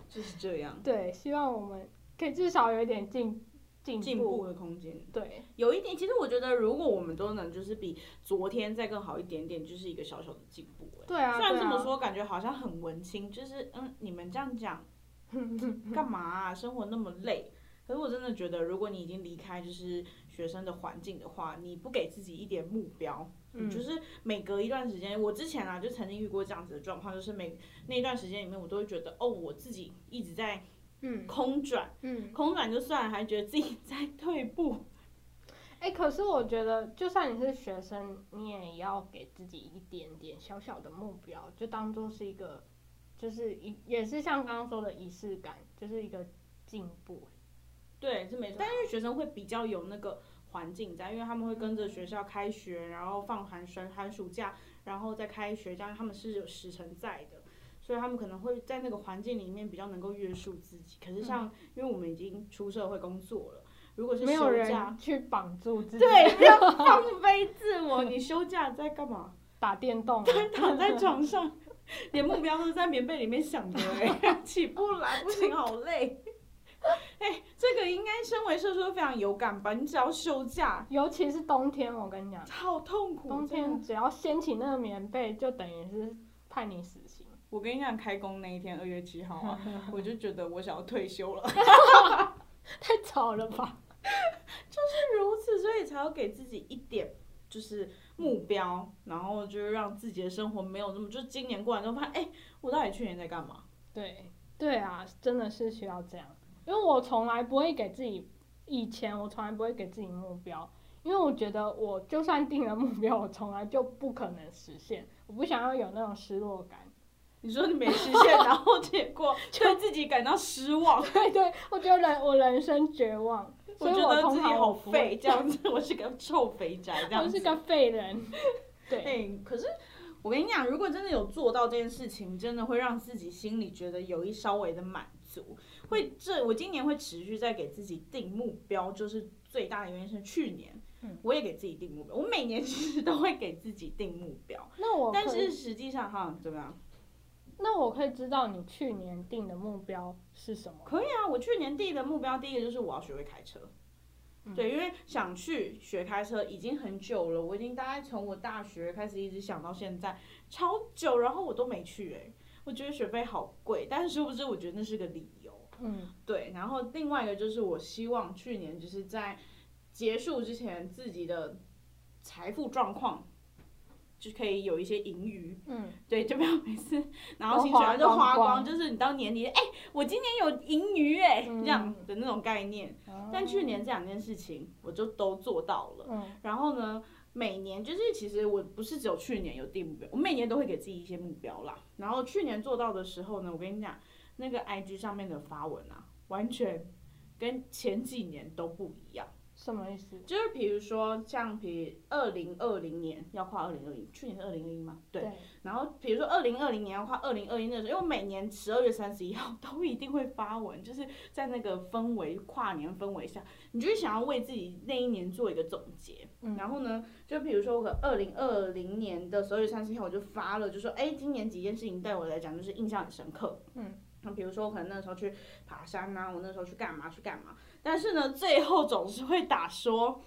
Speaker 2: 就是这样。
Speaker 1: 对，希望我们可以至少有一点进进
Speaker 2: 进步的空间
Speaker 1: 对，
Speaker 2: 有一点，其实我觉得，如果我们都能就是比昨天再更好一点点，就是一个小小的进步、欸。
Speaker 1: 对啊，
Speaker 2: 虽然
Speaker 1: 对
Speaker 2: 这么
Speaker 1: 啊，
Speaker 2: 说，感觉好像很文青，就是嗯，你们这样 讲干嘛啊？生活那么累。可是我真的觉得，如果你已经离开就是学生的环境的话，你不给自己一点目标，
Speaker 1: 嗯，
Speaker 2: 就是每隔一段时间，我之前啊就曾经遇过这样子的状况，就是每那一段时间里面，我都会觉得哦，我自己一直在
Speaker 1: 嗯
Speaker 2: 空转，
Speaker 1: 嗯，
Speaker 2: 空转就算了，还觉得自己在退步。
Speaker 1: 哎、可是我觉得，就算你是学生，你也要给自己一点点小小的目标，就当做是一个，就是一也是像刚刚说的仪式感，就是一个进步。
Speaker 2: 对，是没错。但因为学生会比较有那个环境在，因为他们会跟着学校开学，然后放寒暑寒暑假，然后再开学，这样他们是有时程在的，所以他们可能会在那个环境里面比较能够约束自己。可是像、因为我们已经出社会工作了，如果是
Speaker 1: 没有
Speaker 2: 休假，
Speaker 1: 人去绑住自己，
Speaker 2: 对，不要放飞自我。你休假在干嘛？
Speaker 1: 打电动啊，
Speaker 2: 躺在床上，连目标都是在棉被里面想的、欸， 起不来，不行，好累。 哎、这个应该身为社畜非常有感吧？你只要休假，
Speaker 1: 尤其是冬天，我跟你讲，
Speaker 2: 好痛苦。
Speaker 1: 冬
Speaker 2: 真
Speaker 1: 天
Speaker 2: 的，
Speaker 1: 只要掀起那个棉被，就等于是判你死刑。
Speaker 2: 我跟你讲，开工那一天，二月七号 啊，我就觉得我想要退休了，
Speaker 1: 太吵了吧？
Speaker 2: 是如此，所以才要给自己一点。就是目标，然后就是让自己的生活没有那么，就是今年过完之后发现，哎、我到底去年在干嘛？
Speaker 1: 对对啊，真的是需要这样，因为我从来不会给自己，以前我从来不会给自己目标，因为我觉得我就算定了目标，我从来就不可能实现，我不想要有那种失落感。
Speaker 2: 你说你没实现，然后结果对自己感到失望，
Speaker 1: 对对，我觉得人我人生绝望，
Speaker 2: 我
Speaker 1: 所以
Speaker 2: 觉得自
Speaker 1: 通
Speaker 2: 己
Speaker 1: 常
Speaker 2: 好
Speaker 1: 我不会
Speaker 2: 废，这样子，我是个臭肥宅，这样
Speaker 1: 我
Speaker 2: 子。
Speaker 1: 是个废人。
Speaker 2: 哎、
Speaker 1: 对，
Speaker 2: 可是我跟你讲，如果真的有做到这件事情，真的会让自己心里觉得有一稍微的满足。会这我今年会持续在给自己定目标，就是最大的原因是去年。
Speaker 1: 嗯
Speaker 2: 我也给自己定目标，我每年其实都会给自己定目标，
Speaker 1: 那我
Speaker 2: 但
Speaker 1: 哦可
Speaker 2: 是
Speaker 1: 以
Speaker 2: 实际上哈，怎么样？
Speaker 1: 那我可以知道你去年定的目标是什么吗？
Speaker 2: 可以啊，我去年定的目标第一个就是我要学会开车，对，因为想去学开车已经很久了，我已经大概从我大学开始一直想到现在，超久，然后我都没去哎、我觉得学费好贵，但是殊不知我觉得那是个理由。
Speaker 1: 嗯，
Speaker 2: 对，然后另外一个就是我希望去年就是在结束之前自己的财富状况。就可以有一些盈余，
Speaker 1: 嗯，
Speaker 2: 对，就不要每次然后
Speaker 1: 都
Speaker 2: 薪水
Speaker 1: 花
Speaker 2: 然后就
Speaker 1: 光
Speaker 2: 花
Speaker 1: 光
Speaker 2: 就是你到年底，哎、我今年有盈余哎、
Speaker 1: 嗯哦
Speaker 2: 这样的那种概念。但去年这两件事情我就都做到了，
Speaker 1: 嗯
Speaker 2: 然后呢，每年就是其实我不是只有去年有定目标，我每年都会给自己一些目标啦。然后去年做到的时候呢，我跟你讲，那个 IG 上面的发文啊，完全跟前几年都不一样。
Speaker 1: 什么意思？
Speaker 2: 就是比如说像比二零二零年要跨二零二一，去年是二零二一嘛，对。然后比如说二零二零年要跨二零二一那时候，因为我每年十二月三十一号都一定会发文，就是在那个氛围跨年氛围下，你就会想要为自己那一年做一个总结。
Speaker 1: 嗯
Speaker 2: 然后呢，就比如说我二零二零年的十二月三十一号，我就发了，就说哎，今年几件事情对我来讲就是印象很深刻。
Speaker 1: 嗯。
Speaker 2: 那比如说，我可能那时候去爬山啊，我那时候去干嘛去干嘛，但是呢，最后总是会打说，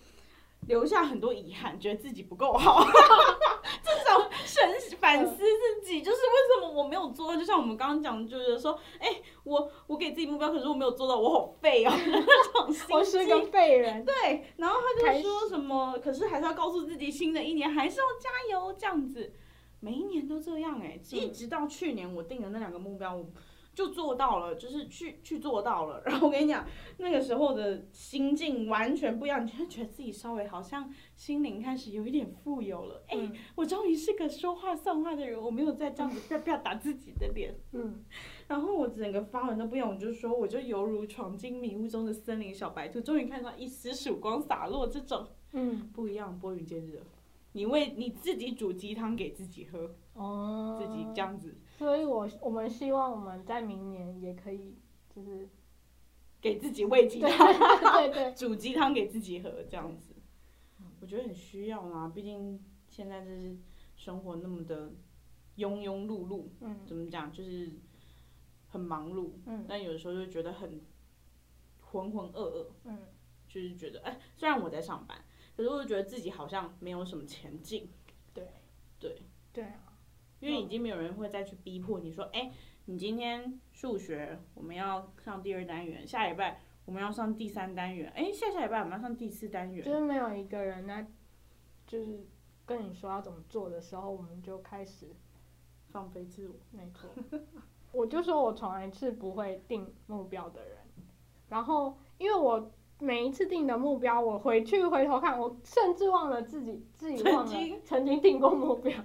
Speaker 2: 留下很多遗憾，觉得自己不够好， 这种神反思自己，就是为什么我没有做到？就像我们刚刚讲，就是说，哎、我我给自己目标，可是我没有做到，我好废哦，这种心
Speaker 1: 我
Speaker 2: 机
Speaker 1: 是个废人，
Speaker 2: 对，然后他
Speaker 1: 开
Speaker 2: 就说什么，可是还是要告诉自己，新的一年还是要加油这样子。每一年都这样哎、
Speaker 1: 嗯
Speaker 2: 一直到去年我定的那两个目标，我就做到了，就是去去做到了。然后我跟你讲，那个时候的心境完全不一样，你就觉得自己稍微好像心灵开始有一点富有了。哎、
Speaker 1: 嗯
Speaker 2: 我终于是个说话算话的人，我没有再这样子啪啪打自己的脸。
Speaker 1: 嗯，
Speaker 2: 然后我整个发文都不一样，我就说我就犹如闯进迷雾中的森林小白兔，终于看到一丝曙光洒落，这种
Speaker 1: 嗯，
Speaker 2: 不一样，拨云见日。你为你自己煮鸡汤给自己喝，
Speaker 1: 哦，
Speaker 2: 自己这样子
Speaker 1: 所以我我们希望我们在明年也可以， 就是
Speaker 2: 给自己喂鸡
Speaker 1: 对
Speaker 2: 汤，
Speaker 1: 对对，
Speaker 2: 煮鸡汤给自己喝，这样子，我觉得很需要啦。毕竟现在就是生活那么的庸庸碌碌，
Speaker 1: 嗯
Speaker 2: 怎么讲就是很忙碌，
Speaker 1: 嗯
Speaker 2: 但有的时候就觉得很浑浑噩噩。
Speaker 1: 嗯
Speaker 2: 就是觉得，哎、虽然我在上班，可是我就觉得自己好像没有什么前进，
Speaker 1: 对啊，
Speaker 2: 因为已经没有人会再去逼迫你说，哎、你今天数学我们要上第二单元，下礼拜我们要上第三单元，哎、下下礼拜我们要上第四单
Speaker 1: 就
Speaker 2: 元，
Speaker 1: 是没有一个人呢，就是跟你说要怎么做的时候，我们就开始
Speaker 2: 放飞自我。
Speaker 1: 没错， 我就说我从来是不会定目标的人，然后因为我每一次定的目标，我回去回头看，我甚至忘了自己自己忘了
Speaker 2: 曾经
Speaker 1: 曾经定过目标。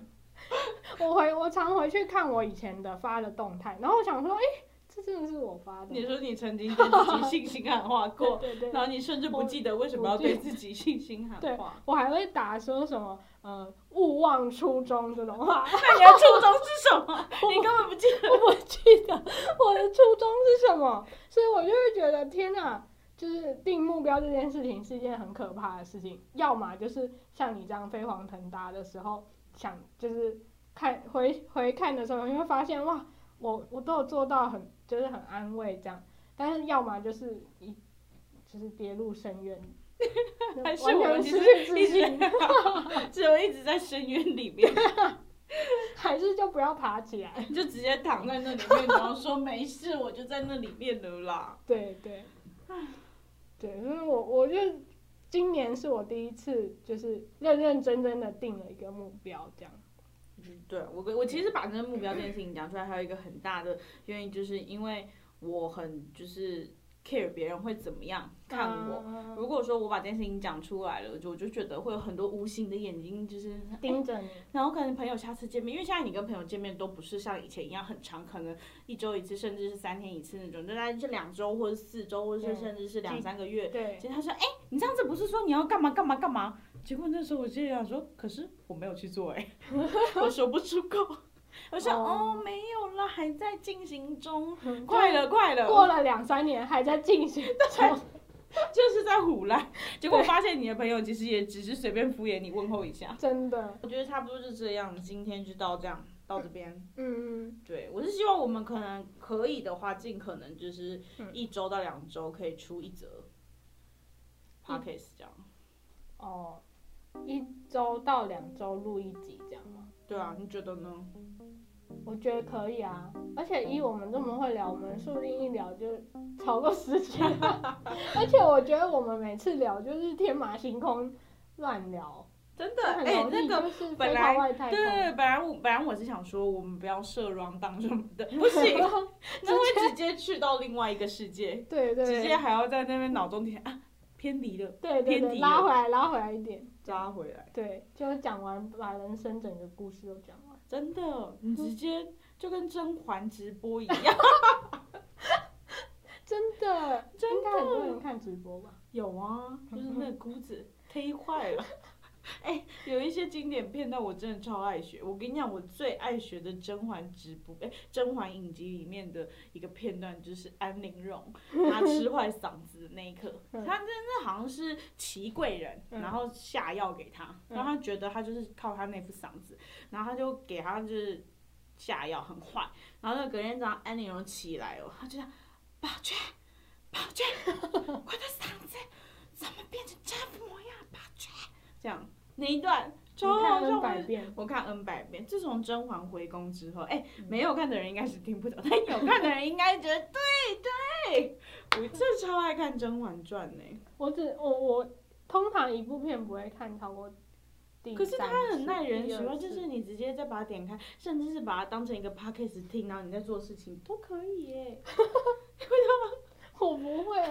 Speaker 1: 我回我常回去看我以前的发的动态，然后我想说，诶，这真的是我发的吗。
Speaker 2: 你说你曾 经对自己信心喊话过，
Speaker 1: 对对
Speaker 2: 然
Speaker 1: 对，
Speaker 2: 后你甚至不记得为什么要对自己信心喊话，嗯
Speaker 1: 我还会打说什么呃勿忘初衷这种话，
Speaker 2: 那你的初衷是什 么？你根本不记得。
Speaker 1: 我不记得我的初衷是什么，所以我就会觉得天哪，就是定目标这件事情是一件很可怕的事情。要么就是像你这样飞黄腾达的时候，想就是看回回看的时候，你会发现哇，我我都有做到很，就是很安慰这样。但是要么就是一就是跌入深渊，
Speaker 2: 还是
Speaker 1: 完
Speaker 2: 我
Speaker 1: 全
Speaker 2: 们其
Speaker 1: 失
Speaker 2: 实
Speaker 1: 去自
Speaker 2: 一直
Speaker 1: 信，
Speaker 2: 只有一直 在深渊里面，
Speaker 1: 还是就不要爬起来。
Speaker 2: 就直接躺在那里面，然后说没事，我就在那里面了啦。
Speaker 1: 对对，对，因为我我就今年是我第一次就是认认真真的定了一个目标，这样。
Speaker 2: 嗯对我跟我其实把这个目标这件事情讲出来，还有一个很大的原因，就是因为我很就是 care 别人会怎么样看我。
Speaker 1: 我
Speaker 2: 如果说我把这件事情讲出来了，就我就觉得会有很多无形的眼睛，就是
Speaker 1: 盯着你，
Speaker 2: 然后可能朋友下次见面，因为现在你跟朋友见面都不是像以前一样很长，可能一周一次，甚至是三天一次那种，就大概是两周或者四周，或者是
Speaker 1: 嗯
Speaker 2: 甚至是两
Speaker 1: 记
Speaker 2: 三个月。
Speaker 1: 对
Speaker 2: 结果他说：“哎、你上次不是说你要干嘛干嘛干嘛？”结果那时候我就想说：“可是我没有去做、哎， 我说不出口。”我说：“
Speaker 1: 哦
Speaker 2: 哦没有啦，还在进行中，
Speaker 1: 嗯
Speaker 2: 快了快了，
Speaker 1: 过了两三年还在进 行中，
Speaker 2: 就是在胡乱。” 结果发现你的朋友其实也只是随便敷衍你问候一下。
Speaker 1: 真的，
Speaker 2: 我觉得差不多就这样，今天就到这样，到这边。
Speaker 1: 嗯，
Speaker 2: 对，我是希望我们可能可以的话，尽可能就是
Speaker 1: 嗯
Speaker 2: 一周到两周可以出一则， podcast 这样。
Speaker 1: 哦，一周到两周录一集这样吗？
Speaker 2: 对啊，你觉得呢？
Speaker 1: 我觉得可以啊，而且以我们这么会聊，我们说不定一聊就超过十集了。 而且我觉得我们每次聊就是天马行空乱聊，
Speaker 2: 真
Speaker 1: 就
Speaker 2: 的，
Speaker 1: 很
Speaker 2: 哎、
Speaker 1: 容
Speaker 2: 那
Speaker 1: 易
Speaker 2: 个。
Speaker 1: 就是
Speaker 2: 本
Speaker 1: 飞
Speaker 2: 来
Speaker 1: 到外太
Speaker 2: 对
Speaker 1: 空。
Speaker 2: 对对，本来我本来我是想说，我们不要设 round down 什么 的，不行，那会直接去到另外一个世界，
Speaker 1: 对对对，
Speaker 2: 直接还要在那边脑中填啊，偏离了，
Speaker 1: 对对
Speaker 2: 偏
Speaker 1: 对，
Speaker 2: 题
Speaker 1: 拉
Speaker 2: 了
Speaker 1: 回来拉回来一点，
Speaker 2: 抓回来，
Speaker 1: 对，就讲完把人生整个故事都讲完。
Speaker 2: 真的，
Speaker 1: 嗯
Speaker 2: 你直接就跟甄嬛直播一样，
Speaker 1: 真的，
Speaker 2: 真
Speaker 1: 应该很多人看直播吧？
Speaker 2: 有啊，就是
Speaker 1: 嗯
Speaker 2: 那个姑子忒坏了。 哎、有一些经典片段我真的超爱学。我跟你讲，我最爱学的《甄嬛直播》哎，《甄嬛影集》里面的一个片段就是安 陵容她吃坏嗓子的那一刻，
Speaker 1: 嗯
Speaker 2: 她真的好像是祺贵人，
Speaker 1: 嗯
Speaker 2: 然后下药给她，
Speaker 1: 嗯
Speaker 2: 然后她觉得她就是靠她那副嗓子，然后她就给她就是下药很坏，然后那隔天早上安陵容起来哦，她就这样，宝娟，宝娟，我的嗓子怎么变成这副模样？宝娟，这样那一段
Speaker 1: 你
Speaker 2: 超好
Speaker 1: 看
Speaker 2: 笑，
Speaker 1: 了
Speaker 2: 我
Speaker 1: 百遍，
Speaker 2: 我看 N 百遍。自从甄嬛回宫之后，哎、
Speaker 1: 嗯
Speaker 2: 没有看的人应该是听不懂，但有看的人应该觉得对对。我真的超爱看《甄嬛传》呢，
Speaker 1: 我只我我通常一部片不会看超过第
Speaker 2: 可是
Speaker 1: 三
Speaker 2: 它很
Speaker 1: 次
Speaker 2: 耐人
Speaker 1: 第
Speaker 2: 寻
Speaker 1: 二
Speaker 2: 味，就
Speaker 1: 次
Speaker 2: 是你直接再把它点开，甚至是把它当成一个 podcast 听，然后你在做事情都可以耶。
Speaker 1: 我不 会，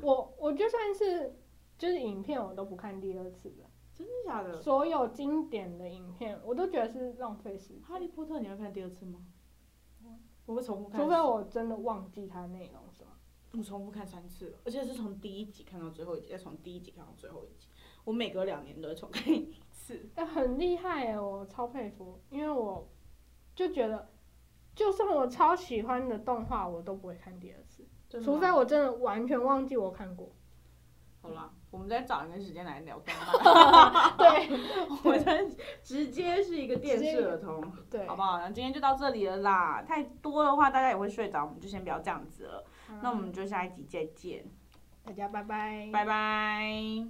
Speaker 1: 我我就算是就是影片我都不看第二次的，
Speaker 2: 真的假的？
Speaker 1: 所有经典的影片我都觉得是浪费时
Speaker 2: 哈
Speaker 1: 间，
Speaker 2: 利波特你会看第二次吗？我会重复看，
Speaker 1: 除非我真的忘记它内容什么。
Speaker 2: 我重复看三次了，而且是从第一集看到最后一集，再从第一集看到最后一集。我每隔两年都会重看一次。
Speaker 1: 哎、很厉害哎，我超佩服，因为我就觉得，就算我超喜欢的动画，我都不会看第二次，
Speaker 2: 真的
Speaker 1: 除
Speaker 2: 吗
Speaker 1: 非我真的完全忘记我看 过。
Speaker 2: 好啦，我们再找一个时间来聊动漫。
Speaker 1: 对
Speaker 2: 我们 直接是一个电视儿童，
Speaker 1: 对，
Speaker 2: 好不好？那今天就到这里了啦，太多的话大家也会睡着，我们就先不要这样子了。
Speaker 1: 嗯
Speaker 2: 那我们就下一集再见，
Speaker 1: 大家拜拜。
Speaker 2: 拜拜。